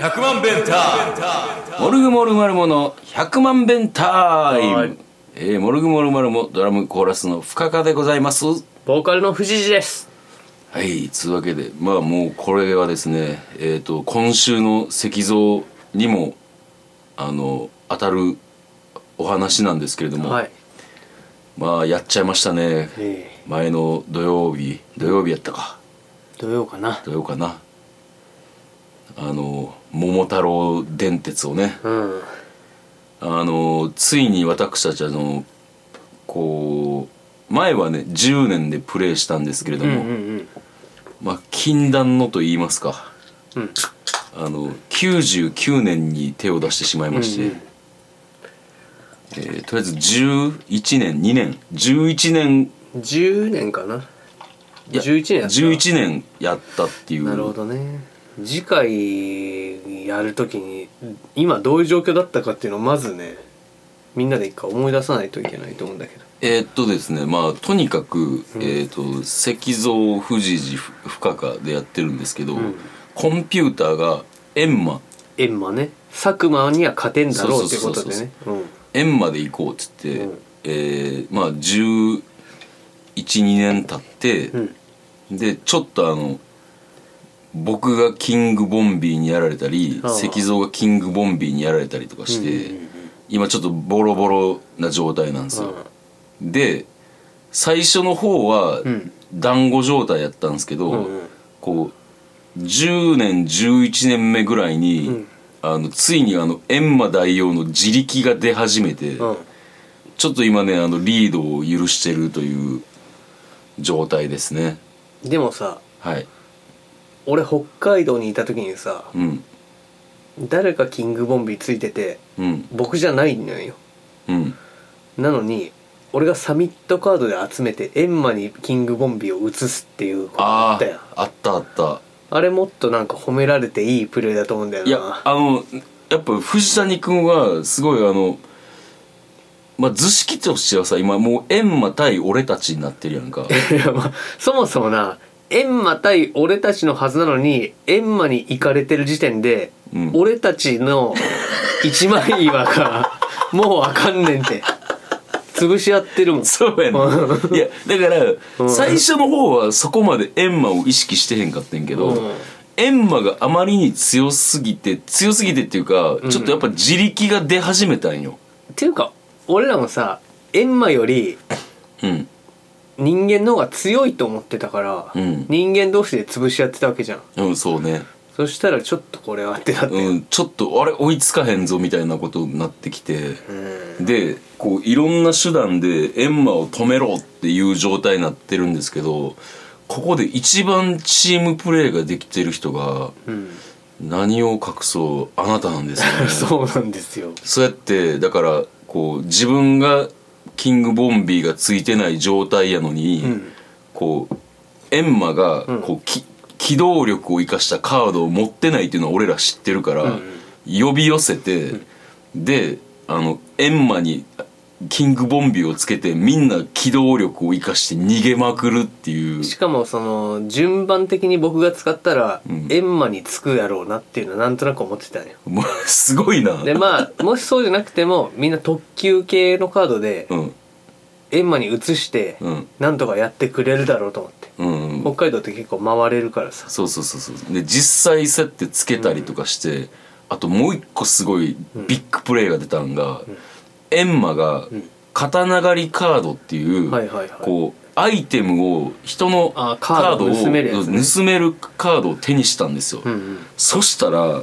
100万弁モルグモルマルモの100万弁タイム、はいえーモルグモルマルモドラムコーラスの深川でございますボーカルの藤次ですはいつうわけでまあもうこれはですねえっ、と今週の石像にもあの当たるお話なんですけれども、はいまあやっちゃいましたねええ前の土曜日土曜日やったか土曜かな土曜かなあの桃太郎電鉄をねうんあのついに私たちあのこう前はね10年でプレイしたんですけれどうんうんも、うんまあ禁断のと言いますかうんあの99年に手を出してしまいまして、うんうんえーとりあえず11年2年11年10年かないや11年11年ややったったっていうなるほどね次回やるときに今どういう状況だったかっていうのをまずねみんなで一回思い出さないといけないと思うんだけどえーっとですねまあとにかく、えーっと石像富士寺ふ深川でやってるんですけど、んコンピューターがエンマエンマね佐久間には勝てんだろうっていうことでねうんエンマで行こうっつって、うんえーまあ112年経って、うんでちょっとあの僕がキングボンビーにやられたりああ石像がキングボンビーにやられたりとかして、今ちょっとボロボロな状態なんですよ、で最初の方はん団子状態やったんですけど、うんうんこう10年11年目ぐらいに、んあのついにあの閻魔大王の自力が出始めて、うんちょっと今ねあのリードを許してるという状態ですねでもさはい俺北海道にいた時にさうん誰かキングボンビーついててうん僕じゃないのようんなのに俺がサミットカードで集めてエンマにキングボンビーを移すっていうことだあったよああったあったあれもっとなんか褒められていいプレーだと思うんだよないやあのやっぱ藤谷君はすごいあのまあ図式としてはさ今もう閻魔対俺たちになってるやんか いやまあそもそもなエンマ対俺たちのはずなのにエンマに行かれてる時点で、うん俺たちの一枚岩が もうあかんねんて潰し合ってるもんそうやねんいやだから、ん最初の方はそこまで閻魔を意識してへんかってんけど、うん閻魔があまりに強すぎて強すぎてっていうか、ちょっとやっぱ自力が出始めたんよっていうか俺らもさエンマよりうん人間の方が強いと思ってたから、うん人間同士で潰し合ってたわけじゃんうんそうねそしたらちょっとこれはってなって、うん、ちょっとあれ追いつかへんぞみたいなことになってきて、うでこういろんな手段でエンマを止めろっていう状態になってるんですけどここで一番チームプレーができてる人がうん何を隠そうあなたなんですよねそうなん ですよそうやってだからこう自分がキングボンビーがついてない状態やのに、んこうエンマがこう、き機動力を生かしたカードを持ってないっていうのは俺ら知ってるから、呼び寄せて、であのエンマにキングボンビーをつけてみんな機動力を生かして逃げまくるっていうしかもその順番的に僕が使ったら、エンマにつくやろうなっていうのはなんとなく思ってたのよもう すごいな。でまあ もしそうじゃなくてもみんな特急系のカードで、うんエンマに移して、うんなんとかやってくれるだろうと思って、うん、北海道って結構回れるからさそうそうそうそうで実際そうやってつけたりとかして、あともう一個すごいビッグプレーが出たんが、エンマが刀狩りカードっていう、はいはいはいこうアイテムを人のあカカーードドをを盗めるやつね盗めるカードを手にしたんですよ、うんうんそしたら、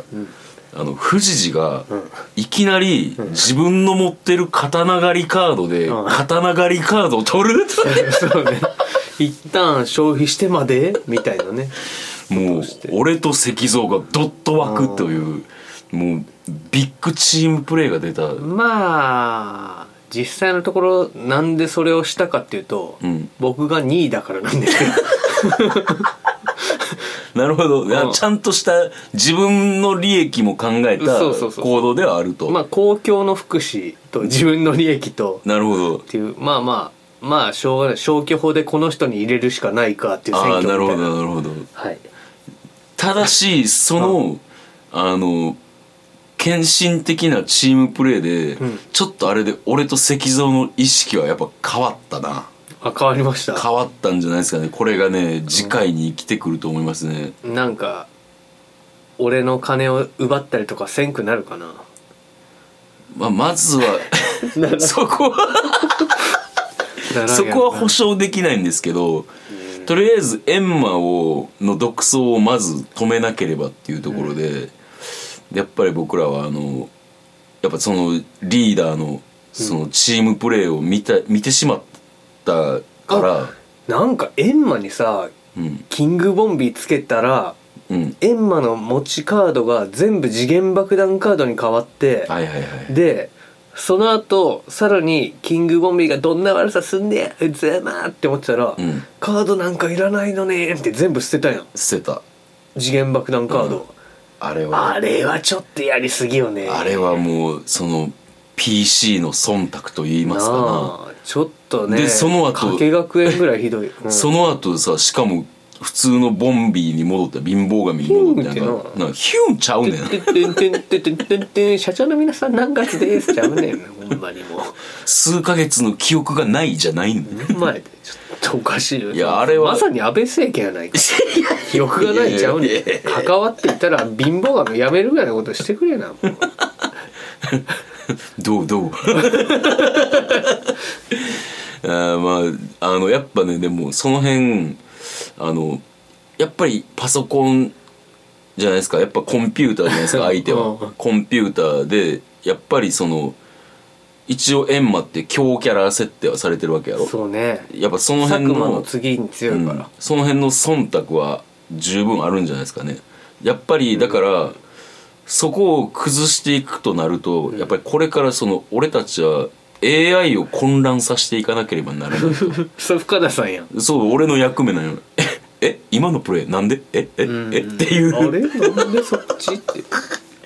あの富士寺がんいきなり自分の持ってる刀狩りカードでうん刀狩りカードを取ると そうね一旦消費してまでみたいなねもうして俺と石像がどっと湧くというもうビッグチームプレーが出たうまあ実際のところなんでそれをしたかっていうと、ん僕が2位だからなんですけどなるほど、いやうんちゃんとした自分の利益も考えたそうそうそう行動で はあるとまあ公共の福祉と自分の利益となるほどっていうまあまあまあしょうがない消去法でこの人に入れるしかないかっていう選ああ挙みなたいるなほどなるほどはいただしそのあの献身的なチームプレーで、んちょっとあれで俺と石像の意識はやっぱ変わったなあ変わりました変わったんじゃないですかねこれがね次回に生きてくると思いますね、なんか俺の金を奪ったりとかせんくなるかなまあ、まずはそこはそこは保証できないんですけど、とりあえずエンマをの独走をまず止めなければっていうところで、やっぱり僕らはあのやっぱそのリーダーのそのチームプレーを見た見てしまったから、なんかエンマにさうんキングボンビーつけたらうん、エンマの持ちカードが全部次元爆弾カードに変わって、はいはいはい。でその後さらにキングボンビーがどんな悪さすんねやうぜえまーって思ってたら、うんカードなんかいらないのねーって全部捨てたやん捨てた次元爆弾カード、うんあれはあれはちょっとやりすぎよねあれはもうその PC の忖度と言いますかな。なあちょっとねでその後掛学園ぐらいひどい、うんその後さしかも普通のボンビーに戻った貧乏神に戻ったやんヒュンってかななんかヒュンちゃうねんてんてんてんてんてんてん社長の皆さん何月ですちゃうねんほんまにもう数ヶ月の記憶がないじゃないんだよ目の前でちょっとおかしいよいやあれはまさに安倍政権やないか記憶がないちゃういやねんいやいや関わっていたら貧乏がやめるぐらいのことしてくれなもう どうどうあーまああのやっぱねでもその辺あのやっぱりパソコンじゃないですかやっぱコンピューターじゃないですか相手うはんコンピューターでやっぱりその一応エンマって強キャラ設定はされてるわけやろそうねやっぱその佐辺久の間の次に強いから、その辺の忖度は十分あるんじゃないですかねやっぱりだから、そこを崩していくとなると、やっぱりこれからその俺たちは AI を混乱させていかなければならない とそれ深田さんやんそう俺の役目なのえ今のプレーなんでええ、えっていうあれなんでそっちって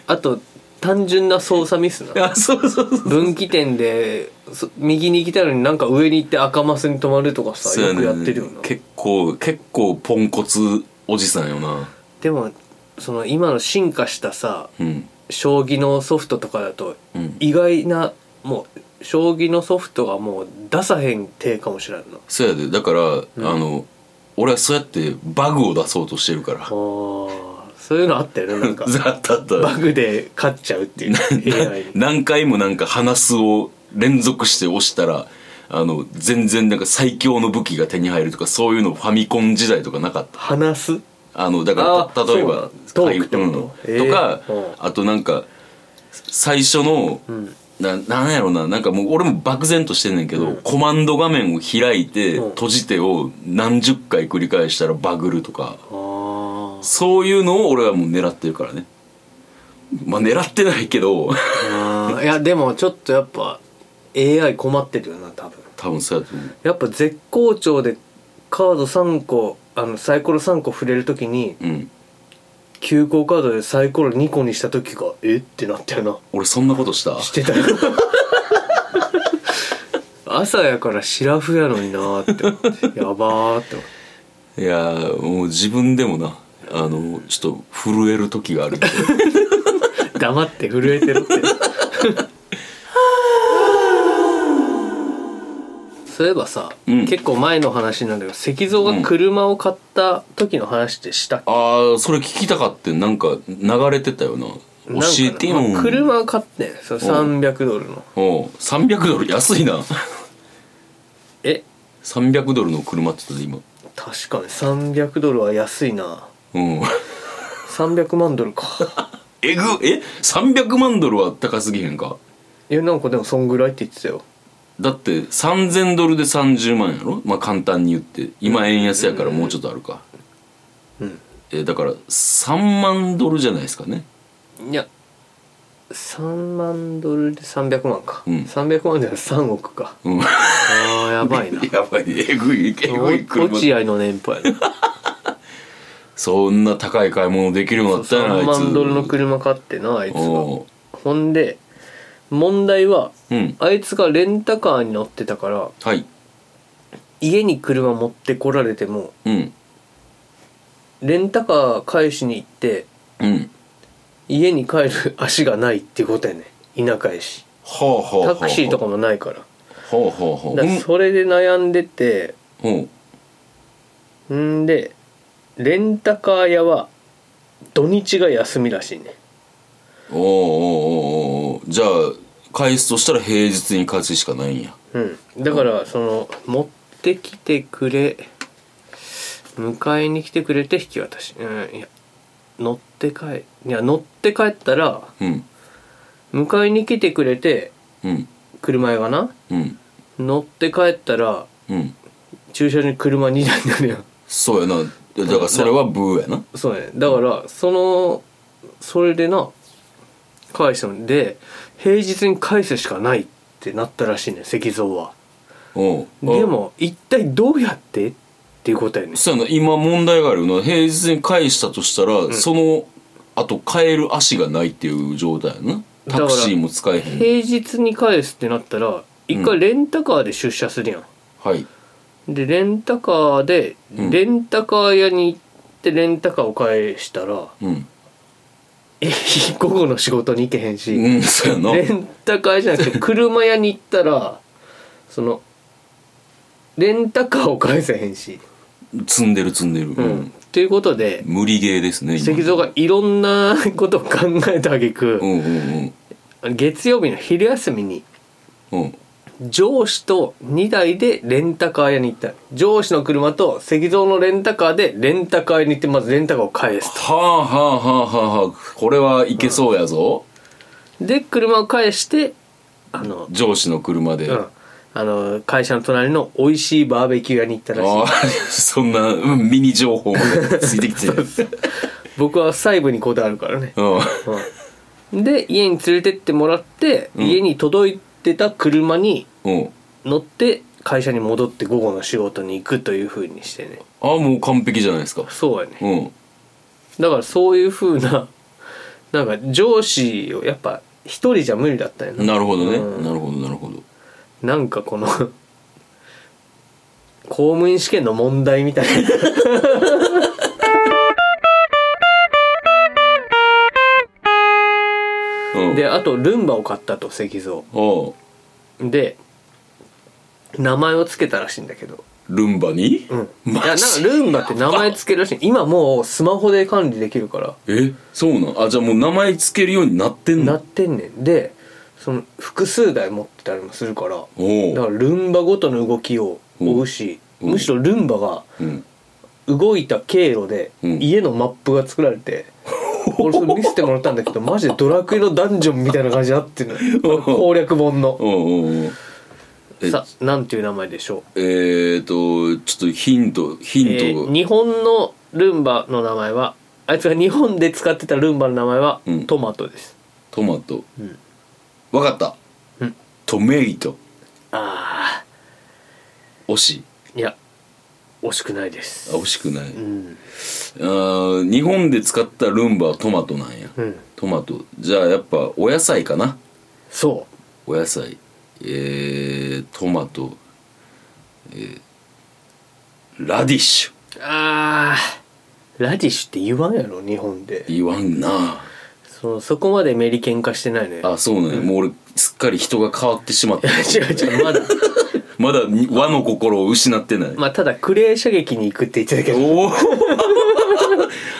あと単純な操作ミス なあそうそうそう分岐点でそ右に来たのになんか上に行って赤マスに止まるとかさそうよやくねやってるよな結構結構ポンコツおじさんよなでもその今の進化したさうん将棋のソフトとかだとうん意外なもう将棋のソフトがもう出さへん手かもしれんなそうやでだから、あの俺はそうやってバグを出そうとしてるからああ そういうのあったよね なんかあったあったバグで勝っちゃうっていう AI に何回もなんか話すを連続して押したらあの全然なんか最強の武器が手に入るとかそういうのファミコン時代とかなかった話すあのだかあらーた例えそうなばんトークってことうんえーとか、うんあとなんか最初の、ななんやろななんかもう俺も漠然としてんねんけど、コマンド画面を開いて、うん閉じてを何十回繰り返したらバグるとかあーそういうのを俺はもう狙ってるからねまあ狙ってないけど あーいやでもちょっとやっぱ AI 困ってるよな多分多分そうやと思うやっぱ絶好調でカード3個あのサイコロ3個触れるときにうん急行カードでサイコロ2個にした時がえってなったよ俺そんなことしたなしてたよ 朝やからシラフやのになーって思ってやばーって思っいやーもう自分でもなあのちょっと震える時があるけどて黙って震えてるって そういえばさ、うん結構前の話なんだけど石像が車を買った時の話ってしたっ けああそれ聞きたかってんなんか流れてたよな教なんかねえてよ、まあ車を買ってんその300ドルのおう300ドル安 いなえ300ドルの車って言ったで今確かに300ドルは安いなうん300万ドルかえぐえ300万ドルは高すぎへんかいやなんかでもそんぐらいって言ってたよだって3000ドルで30万やろまあ簡単に言って今円安やからもうちょっとあるかうんえだから3万ドルじゃないですかねいや3万ドルで300万か、うん300万じゃない3億かうんあーやばいな やばいえぐいえぐいお車落合の年配 だそんな高い買い物できるようになったよなあい3つ万ドルの車買ってなあいつがおほんで問題はううんあいつがレンタカーに乗ってたからはい家に車持ってこられてもうんレンタカー返しに行ってうん家に帰る足がないっていうことやね田舎やしはあはあはあはタあクシーとかもないからはあはあだからはそれで悩んでてあうんうんんでレンタカー屋は土日が休みらしいねおうおうおうおうおうじゃあ返すとしたら平日に返すしかないんやうんだからその持ってきてくれ迎えに来てくれて引き渡しうんいや乗って帰いや乗って帰ったらうん迎えに来てくれてうん車屋がなうん乗って帰ったらうん駐車場に車2台になるやんそうやなだからそれはブーやなそうやねだからそのそれでな返したんで平日に返すしかないってなったらしいね石像はおうでも一体どうやってっていうことやねそうやな今問題があるよな平日に返したとしたら、そのあと帰る足がないっていう状態やなタクシーも使えへん平日に返すってなったら一回レンタカーで出社するやん、はいでレンタカーでうんレンタカー屋に行ってレンタカーを返したら、うん、 午後の仕事に行けへんし、うん、そうやなレンタカーじゃなくて車屋に行ったらそのレンタカーを返せへんし、積んでる積んでる、ううんん、ということで無理ゲーですね今石像がいろんなことを考えた挙句、うんうん月曜日の昼休みにうんうん上司と2台でレンタカー屋に行った上司の車と石像のレンタカーでレンタカー屋に行ってまずレンタカーを返すはあはあはあはあはあこれはいけそうやぞ、とで車を返してあの、上司の車で、うん、あの会社の隣の美味しいバーベキュー屋に行ったらしいああそんなうんミニ情報までついてきてる僕は細部にこだわるからね、うんうん、で家に連れてってもらって、うん家に届いてた車にうん乗って会社に戻って午後の仕事に行くというふうにしてねああもう完璧じゃないですかそうやねうんだからそういうふうななんか上司をやっぱ一人じゃ無理だったよななるほどね、うんなるほどなるほどなんかこの公務員試験の問題みたいなうんであとルンバを買ったと石像おうで名前をつけたらしいんだけどルンバに、うマん、いやなんかジルンバって名前つけるらしい今もうスマホで管理できるからえそうなんあじゃあもう名前つけるようになってんなのってんねんでその複数台持ってたりもするからだおうからルンバごとの動きを追うしうんむしろルンバがうん動いた経路でうん家のマップが作ら れて、俺それ見せてもらったんだけどマジでドラクエのダンジョンみたいな感じになってるおう攻略本のおうおうおうえさなんていう名前でしょうえー、とちょっとヒントヒント、えー日本のルンバの名前はあいつが日本で使ってたルンバの名前はうんトマトです、トマト、んわかった、うんトメイトああ惜しいいや惜しくないであす惜しくない、うんあー日本で使ったルンバはトマトなんや、うんトマトじゃあやっぱお野菜かなそお野菜えー、トマトえー、ラディッシュうあーラディッシュって言わんやろ日本で言わんなそのそこまでメリケン化してないねあそうね、もう俺すっかり人が変わってしまった 違う違うまだ まだに和の心を失ってない、まあただクレー射撃に行くって言ってたけどおお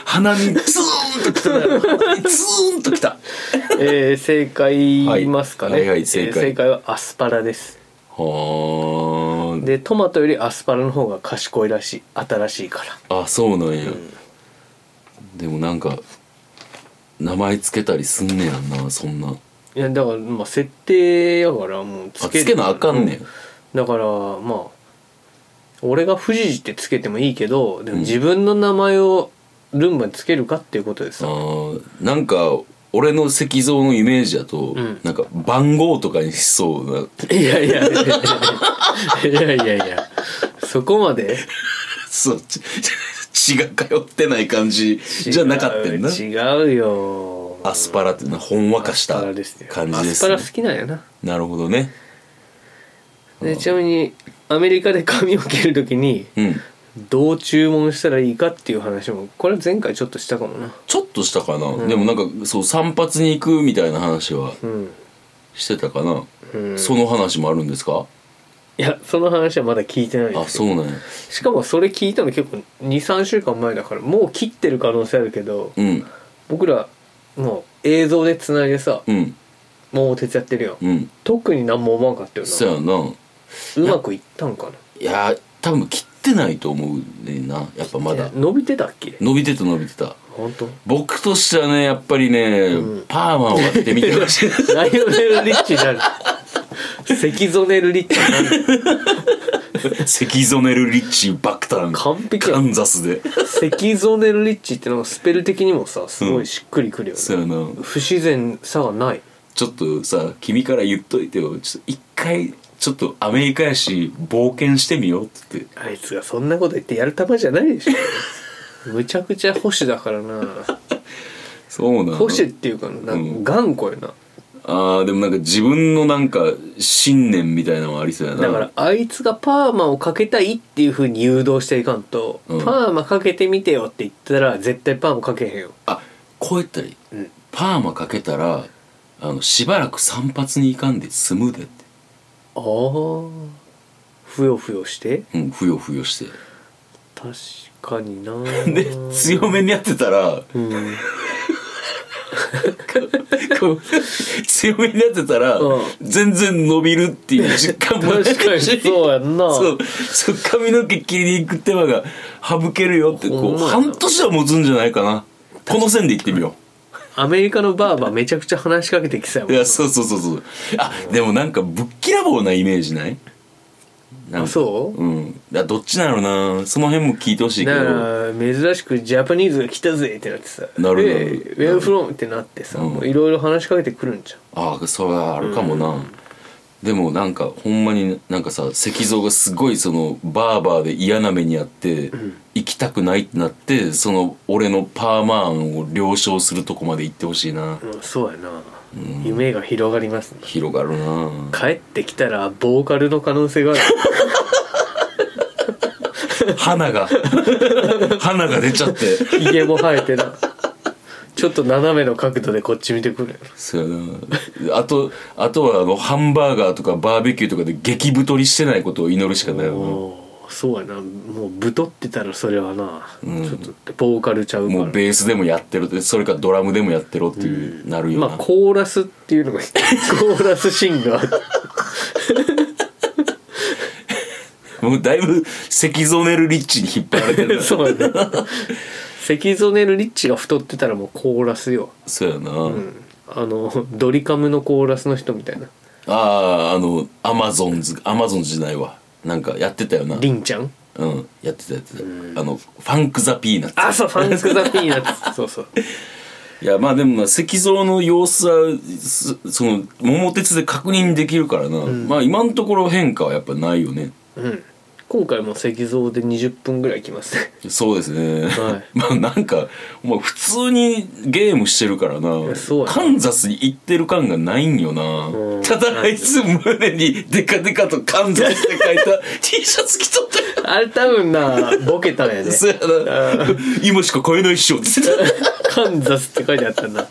鼻にツーンときたね鼻にツーンときた えー、正解言いますかね、はいはいはい正解えー正解はアスパラですはでトマトよりアスパラの方が賢いらしい新しいからああそうなんや、でもなんか名前つけたりすんねやんなそんないやだからまあ設定やからもうあつけなあかんねん、だからまあ俺が富士ってつけてもいいけどでも自分の名前をルンバにつけるかっていうことであさ、ーなんか俺の石像のイメージだと、んなんか番号とかにしそうないやいやいやいやいやいやいやそこまでそうち血が通ってない感じじゃなかったよな違うよアスパラってなほんわかしたアスパ感ラじでですすよねアスパラ好きなんやななるほどねでちなみにアメリカで髪を切るときにうんどう注文したらいいかっていう話もこれ前回ちょっとしたかもなちょっとしたかな、でもなんかそう散髪に行くみたいな話はうん、してたかな、うん、その話もあるんですかいやその話はまだ聞いてないあですそうなんやしかもそれ聞いたの結構23週間前だからもう切ってる可能性あるけどうん僕らもう映像でつないでさうんもう徹やってるようん特に何も思わんかったよそなやなうまくいったんかないや多分切ってないと思うねんなやっぱまだね伸びてたっけ伸びてた伸びてた本当僕としてはねやっぱりね、うんパーマをやってみてほしいライオネル・リッチになる関ゾネル・リッチになる関ゾネル・リッチー・バクタン完璧やカんンザスで関ゾネル・リッチってのがスペル的にもさすごいしっくりくるよね、そうやな不自然さがないちょっとさ君から言っといてよちょっと一回ちょっとアメリカやし冒険してみようって言ってあいつがそんなこと言ってやる球じゃないでしょ むちゃくちゃ保守だからなそうな保の守っていうかなんか頑固よな、あーでもなんか自分のなんか信念みたいなのもありそうやなだからあいつがパーマをかけたいっていうふうに誘導していかんと、うんパーマかけてみてよって言ったら絶対パーマかけへんよあこうやったらいいうんパーマかけたらあのしばらく散髪に行かんで済むでって、ああふよふよしてうん、ふよふよして確かに なで強めにやってたらうんこう強めになってたら、うん全然伸びるっていう実感もない 確かにそうやん なそうそう髪の毛切りに行く手間が省けるよってこほんうまやな半年は持つんじゃないかなこの線で行ってみよアメリカのバーバーめちゃくちゃ話しかけてきそうやうもいんやそうそうそうそうあでもなんかぶっきらぼうなイメージないなんかあそううんだどっちなのなその辺も聞いてほしいけなどら珍しく「ジャパニーズが来たぜ」ってなってさ「なるなえるウェアフロム」ってなってさうんもういろいろ話しかけてくるんじゃんああそれはあるかもな、でもなんかほんまになんかさ石像がすごいそのバーバーで嫌な目にあって、行きたくないってなってその俺のパーマ案を了承するとこまで行ってほしいな、うんそうやな夢が広がりますね広がるな 帰ってきたらボーカルの可能性がある花 が花が出ちゃってヒゲも生えて なちょっと斜めの角度でこっち見てくるやろそうやなあとあとはあのハンバーガーとかバーベキューとかで激太りしてないことを祈るしかないよおーそうやなもう太ってたらそれはな、うんちょっとボーカルちゃうなからもうベースでもやってろってそれかドラムでもやってろっていう、なるよな、まあコーラスっていうのがコーラスシンガーもうだいぶ関ゾネルリッチに引っ張られてるな そうやね関ゾネル・リッチが太ってたらもうコーラスよ、そうやな、うん、あのドリカムのコーラスの人みたいなあああのアマゾンズアマゾンズじゃないわなんかやってたよなリンちゃんうんやってたやってた、あのファンク・ザ・ピーナッツあそうファンク・ザ・ピーナッ ツそうそういやまあでもな石像の様子はすその桃鉄で確認できるからな、まあ今のところ変化はやっぱないよねうん今回も石像で20分ぐらい来ますね そうですね、は まあなんかお前普通にゲームしてるからなやそうやなカンザスに行ってる感がないんようなんただあいつ胸にデカデカとカンザスって書いた T シャツ着とったよあれ多分なボケたん やねそうやな今しか買えないっしょって言ってた カンザスって書いてあったな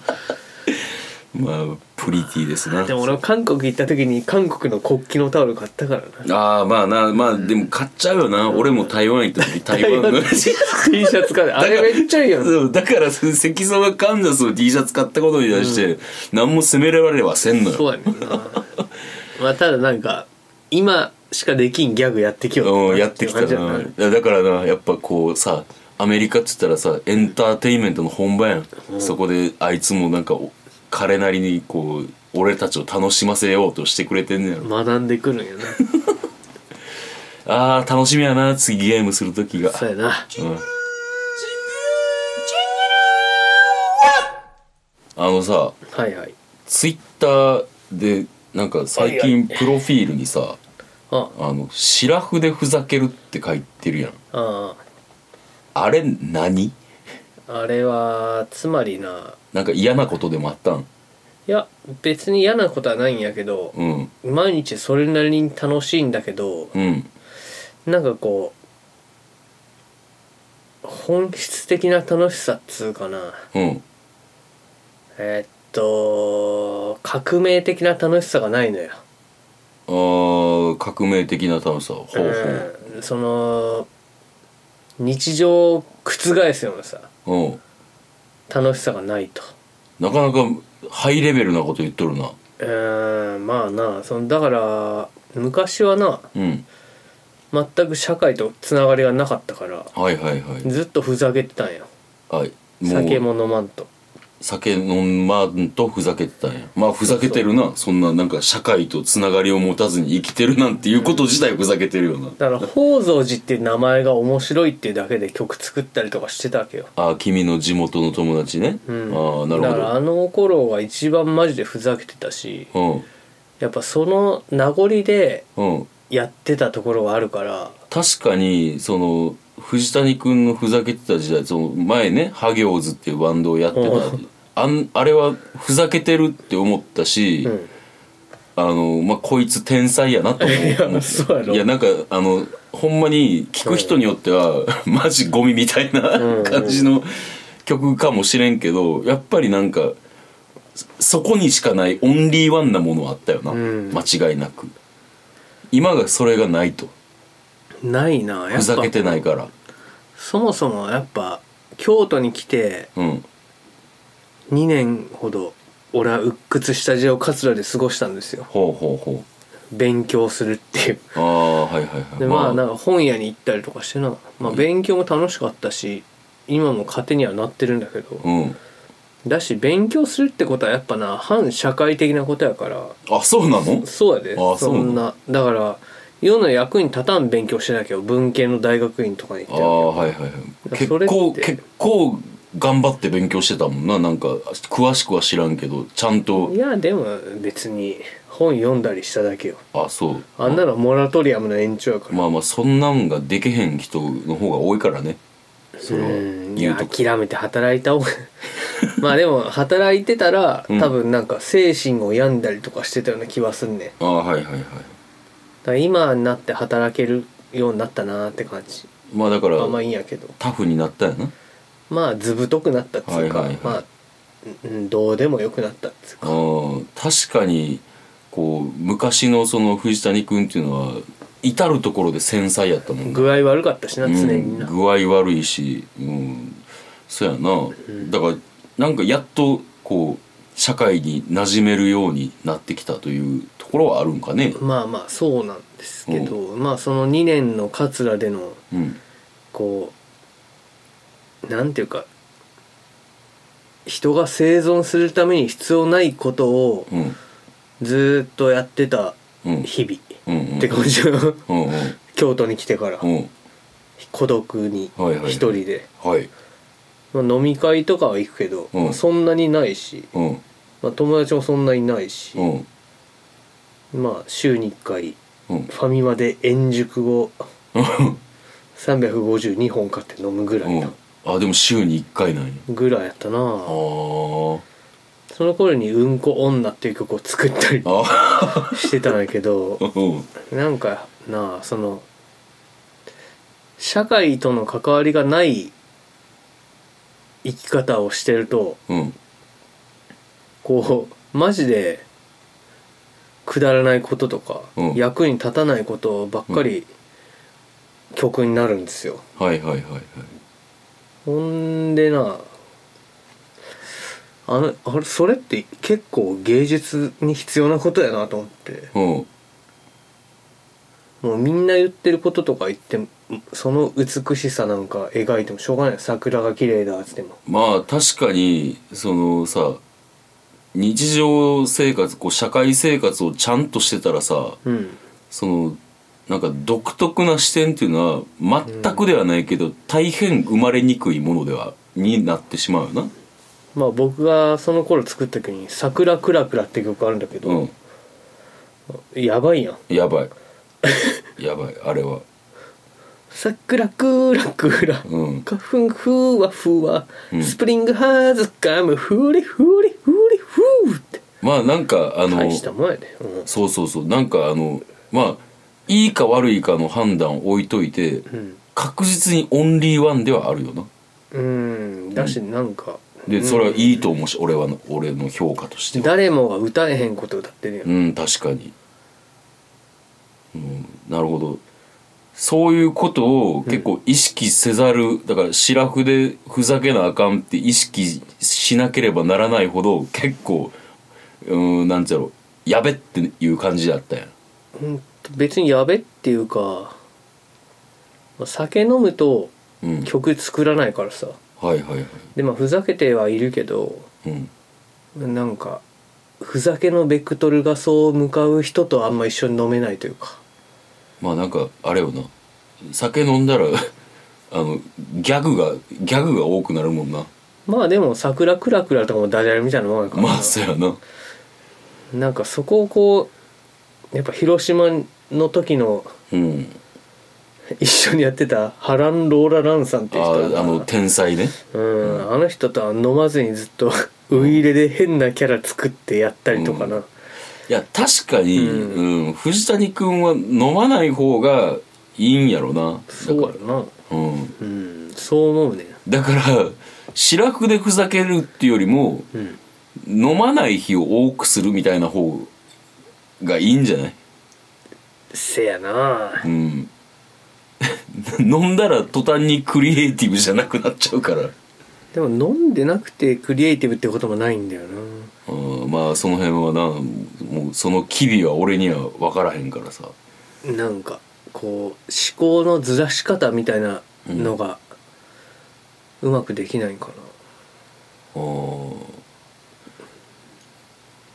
まあプリティですなでも俺韓国行った時に韓国の国旗のタオル買ったからなああまあなまあでも買っちゃうよな、俺も台湾行った 時台湾の T シャツ買ってあれめっちゃいいやんそうだからその石像がカンザスの T シャツ買ったことに対して何も責められはせんのよ、そうやねんなまあただなんか今しかできんギャグやってきようん、やってきたなていう感じやいやだからなやっぱこうさアメリカっつったらさエンターテインメントの本場やん、そこであいつもなんかお彼なりにこう俺たちを楽しませようとしてくれてんねやろな学んでくるんやなあー楽しみやな次ゲームする時がそうやなうんあのさはいはいツイッターでなんか最近プロフィールにさああの「シラフでふざける」って書いてるやんああれ何ああれはつまりななんか嫌なことでもあったんいいや別に嫌なことはないんやけど、うん毎日それなりに楽しいんだけどうんなんかこう本質的な楽しさっつうかなうんえーっと革命的な楽しさがないのよあー革命的な楽しさほうほううんその日常を覆すようなさうん楽しさがないとなかなかハイレベルなこと言っとるなうんまあなそのだから昔はなうん全く社会とつながりがなかったからはいはいはいずっとふざけてたんよはいもう酒も飲まんと酒飲まんとふざけてたんやまあふざけてるなそんななんか社会とつながりを持たずに生きてるなんていうこと自体ふざけてるよなだから宝蔵寺っていう名前が面白いっていうだけで曲作ったりとかしてたわけよああ君の地元の友達ね、うんああなだからあるの頃は一番マジでふざけてたしほやっぱその名残でどうんうんやってたところがあるから確かにその藤谷君のふざけてた時代その前ねハギョーズっていうバンドをやってたうんあんあれはふざけてるって思ったし、うんあのまあこいつ天才やなと思う いや思ったそうやろいやなんかあのほんまに聞く人によっては、 マジゴミみたいな感じの曲かもしれんけどやっぱりなんかそそこにしかないオンリーワンなものあったよな、ん間違いなく今がそれがないとないなやふっぱざけてないからそもそもやっぱ京都に来てうん2年ほど俺は鬱屈した時代を桂で過ごしたんですよほうほうほ勉強するっていううああはいはいはいでまあなんか本屋に行ったりとかしてな、まあ、勉強も楽しかったし今も糧にはなってるんだけどうんだし勉強するってことはやっぱな反社会的なことやからあそうなのそうやであそんなだから世の役に立たん勉強してなきゃ文系の大学院とかに行あってるわけあはよいはいはいだから結それって構結構頑張って勉強してたもんななんか詳しくは知らんけどちゃんといやでも別に本読んだりしただけよあそうあんなのモラトリアムの延長やからまあまあそんなんができへん人の方が多いからねそれはうんい言やうと諦めて働い た方がまあでも働いてたらうん多分なんか精神を病んだりとかしてたような気はすんねんあだあはいはいはいから今になって働けるようになったなーって感じまあだからまあまあいいんやけどタフになったよなまあ図太くなったっつうか、はいはいはいまあうんうんどうでもよくなったっつうかあー確かにこう昔のその藤谷君っていうのは至る所で繊細やったもんな具合悪かったしな常にな、うん、具合悪いし、うん、そうやな、だからなんかやっとこう社会に馴染めるようになってきたというところはあるんかねまあまあそうなんですけど、まあその2年の桂でのうんこうなんていうか人が生存するために必要ないことをうんずーっとやってたうん日々、うんうんって感じうのんうん京都に来てから、うん孤独にはいはいはい一人で、はいまあ、飲み会とかは行くけど、うんそんなにないし、うんまあ、友達もそんなにないし、うんまあ週に1回うんファミマで円熟を352本買って飲むぐらういんな、あでも週に1回なんやぐらいやったなあーその頃に「うんこ女」っていう曲を作ったりあしてたんやけどーうんなんかなあその社会との関わりがない生き方をしてるとうんこうマジでくだらないこととか、うん役に立たないことばっかり曲になるんですよ。はいはいはいはいほんでなあのあれそれって結構芸術に必要なことやなと思ってうんもうみんな言ってることとか言ってもその美しさなんか描いてもしょうがない桜が綺麗だっつってもまあ確かにそのさ日常生活こう社会生活をちゃんとしてたらさうんそのなんか独特な視点っていうのは全くではないけど、大変生まれにくいものではになってしまうよな。まあ僕がその頃作った時に「桜くらくら」って曲あるんだけうどん、やばいやんやば いやばいあれは。 「桜くらくら」うん花粉ふわふわ、うんスプリングハーズカムフリフリフリフーってまあなんかあの大したもんやで、うんそうそうそうなんかあのまあいいか悪いかの判断を置いといて、うん確実にオンリーワンではあるよなうんだしなんかでそれはいいと思うし、俺はの俺の評価としては誰もが歌えへんこと歌ってるやん、うん確かに、うん、なるほどそういうことを結構意識せざる、だからシラフでふざけなあかんって意識しなければならないほど結構うんなんちゃろうやべっていう感じだったやんほんと別にやべっていうかまあ酒飲むとうん曲作らないからさはいはいはいでまあふざけてはいるけどうんなんかふざけのベクトルがそう向かう人とあんま一緒に飲めないというかまあなんかあれよな酒飲んだら あのギャグがギャグが多くなるもんなまあでも「桜クラクラ」とかもダジャレみたいなもんやからなまあそうやななんかそこをこうやっぱ広島の時の うん一緒にやってたハラン・ローラ・ランさんっていうあ人あの天才ねうん、あの人とは飲まずにずっとウイイレで変なキャラ作ってやったりとかな、いや確かに、ううん藤谷君は飲まない方がいいんやろなそうやろなうん、うんそう思うねだから白くでふざけるっていうよりもうん飲まない日を多くするみたいな方がいいんじゃないせやなうん 飲んだら途端にクリエイティブじゃなくなっちゃうからでも飲んでなくてクリエイティブってこともないんだよなうんまあその辺はなもうその機微は俺には分からへんからさなんかこう思考のずらし方みたいなのがうまくできないんかな、あー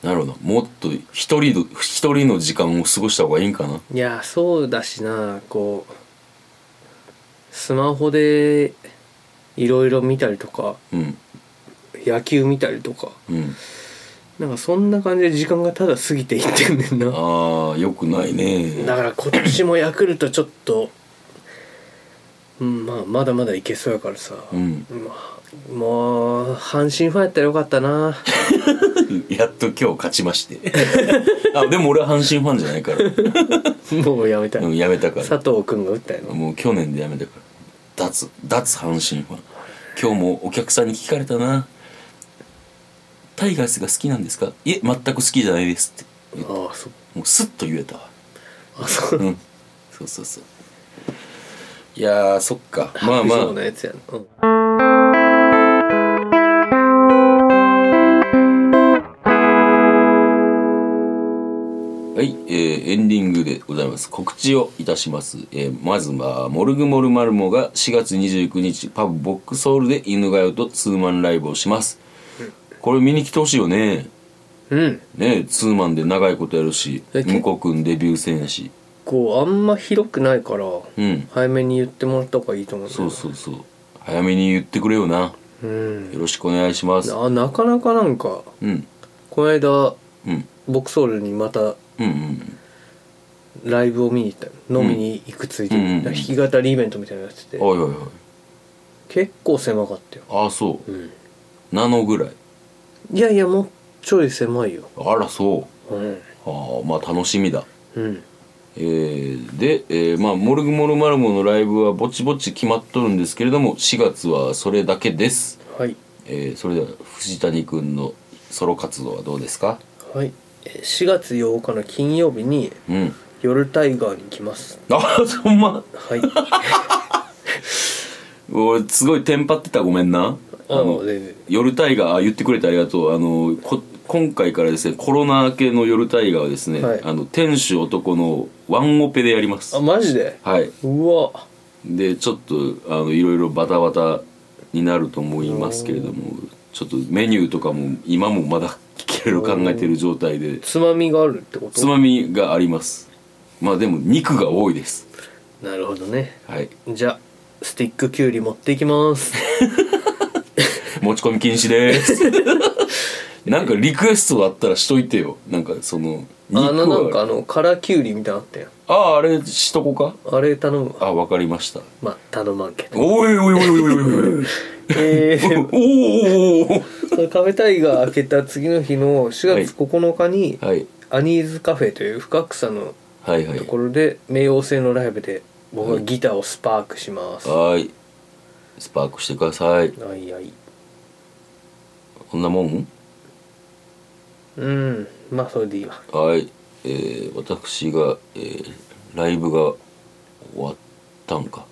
なるほどもっと一人の一人の時間を過ごした方がいいんかないやそうだしなこうスマホでいろいろ見たりとかうん野球見たりとかうんなんかそんな感じで時間がただ過ぎていってんねんなああよくない だねから今年もヤクルトちょっと、うん、まあまだまだいけそうやからさ、うんまあもう阪神ファンやったらよかった なやっと今日勝ちまして あでも俺は阪神ファンじゃないからもうやめたい、うんやめたから佐藤君が打ったやろもう去年でやめたから脱脱阪神ファン今日もお客さんに聞かれたな「タイガースが好きなんですか?」「いえ全く好きじゃないです」ってああそもうスッと言えたわあそううんそうそうそういやーそっかまあまそうあなやつやな、うんはい、えーエンディングでございます告知をいたします、えーまずは「モルグモルマルモ」が4月29日パブボックソールで犬がよとツーマンライブをしますこれ見に来てほしいよねうんねツーマンで長いことやるしえ向こう君デビュー戦やしこうあんま広くないからうん早めに言ってもらった方がいいと思うんだそようそうそう早めに言ってくれよなうんよろしくお願いしますあなかなかなんかうんこの間うんボクソールにまたうんうんライブを見に行ったの飲みに行くついでうんうんに、弾き語りイベントみたいなのやってて、はいはいはい結構狭かったよ、ああそううんナノぐらいいやいやもうちょい狭いよあらそううん、ああまあ楽しみだうん、えーで、えーまあ「モルグモルマルモ」のライブはぼちぼち決まっとるんですけれども4月はそれだけです、はいえーそれでは藤谷くんのソロ活動はどうですかはいえー4月8日の金曜日にうん夜タイガーに来ますあほんま はい俺すごいテンパってたごめんなああのの全然夜大河あ言ってくれてありがとうあのこ今回からですねコロナ明けの夜大河はですね、はいあの天守男のワンオペでやりますあマジではいうわでちょっとあのいろいろバタバタになると思いますけれどもちょっとメニューとかも今もまだいろいろ考えてる状態でつまみがあるってことつまみがありますまあでも肉が多いですなるほどねはいじゃあスティックきゅうり持っていきます 持ち込み禁止です なんかリクエストあったらしといてよなんかそのあのなんかはあの辛きゅうりみたいなのあったやんあああれしとこかあれ頼むわあわかりました まあ頼まんけど おいおいおいおいおいおいえおー、おおそのカフェタイが開けた次の日の4月9日に、はいアニーズカフェという深草のはいはいところで冥王星のライブで僕はギターをスパークします、はーいスパークしてくださいはいはいこんなもんうんまあそれでいいわはい、えー、私が、えー、ライブが終わったんか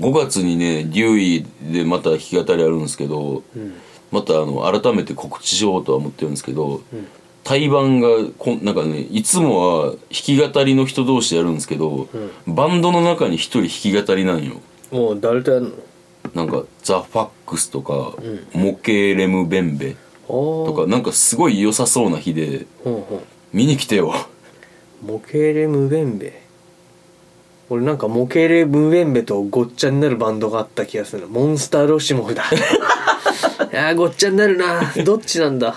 5月にねデューイでまた弾き語りあるんですけどうんまたあの改めて告知しようとは思ってるんですけどうん対バンがこんなんかねいつもは弾き語りの人同士でやるんですけど、バンドの中に一人弾き語りなんよもう誰とやるなのんか「ザ・ファックス」とかん「モケレム・ベンベ」ととかなんかすごい良さそうな日でほんほん見に来てよモケレムベンベ俺なんかモケレムベンベとごっちゃになるバンドがあった気がするなモンスターロシモ フだいやーごっちゃになるなどっちなんだ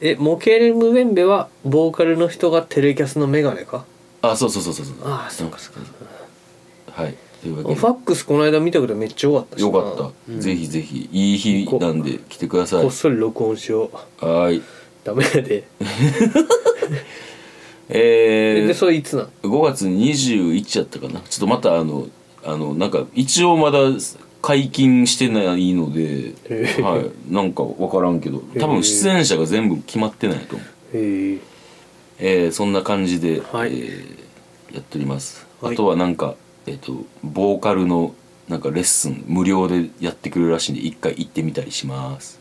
えモケレムベンベはボーカルの人がテレキャスのメガネかあそうそうそうそうそうああそっかそっかはいというフわけァでックスこの間見たけどめっちゃ良かったしなよかった、ぜひぜひいい日なんで来てくださいこっそり録音しようはいダメやで、えー、でそれいつなん5月21やったかなちょっとまたあのあのなんか一応まだ解禁してないので、へーはい、なんか分からんけど多分出演者が全部決まってないと思う、へええーそんな感じで、はいえーやっております、はいあとはなんか、えっとボーカルのなんかレッスン無料でやってくれるらしいんで一回行ってみたりします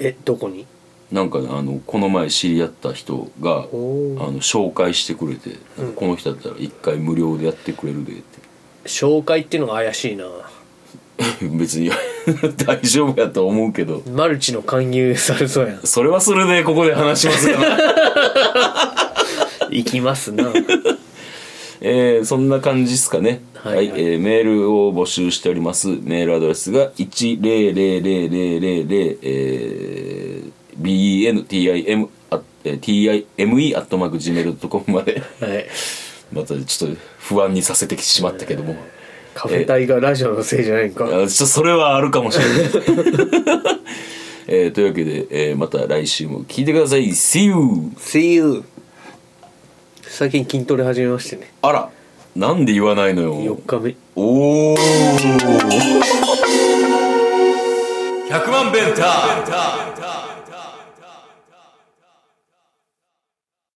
えどこになんかねあのこの前知り合った人があおーの紹介してくれて、うんこの人だったら一回無料でやってくれるでって 紹介っていうのが怪しいな別に大丈夫やと思うけどマルチの勧誘されそうやんそれはそれでここで話しますか ら、行きますなえーそんな感じですかねはいはいえーメールを募集しておりますメールアドレスが1000000、えー、bentim あえー time.gmail.com まで はい、またちょっと不安にさせてしまったけども、カフェ隊がラジオのせいじゃないんか、あちょそれはあるかもしれない、 えーというわけで、えーまた来週も聞いてください See you! See you 最近筋トレ始めましてねあらなんで言わないのよ4日目おお100万ベンター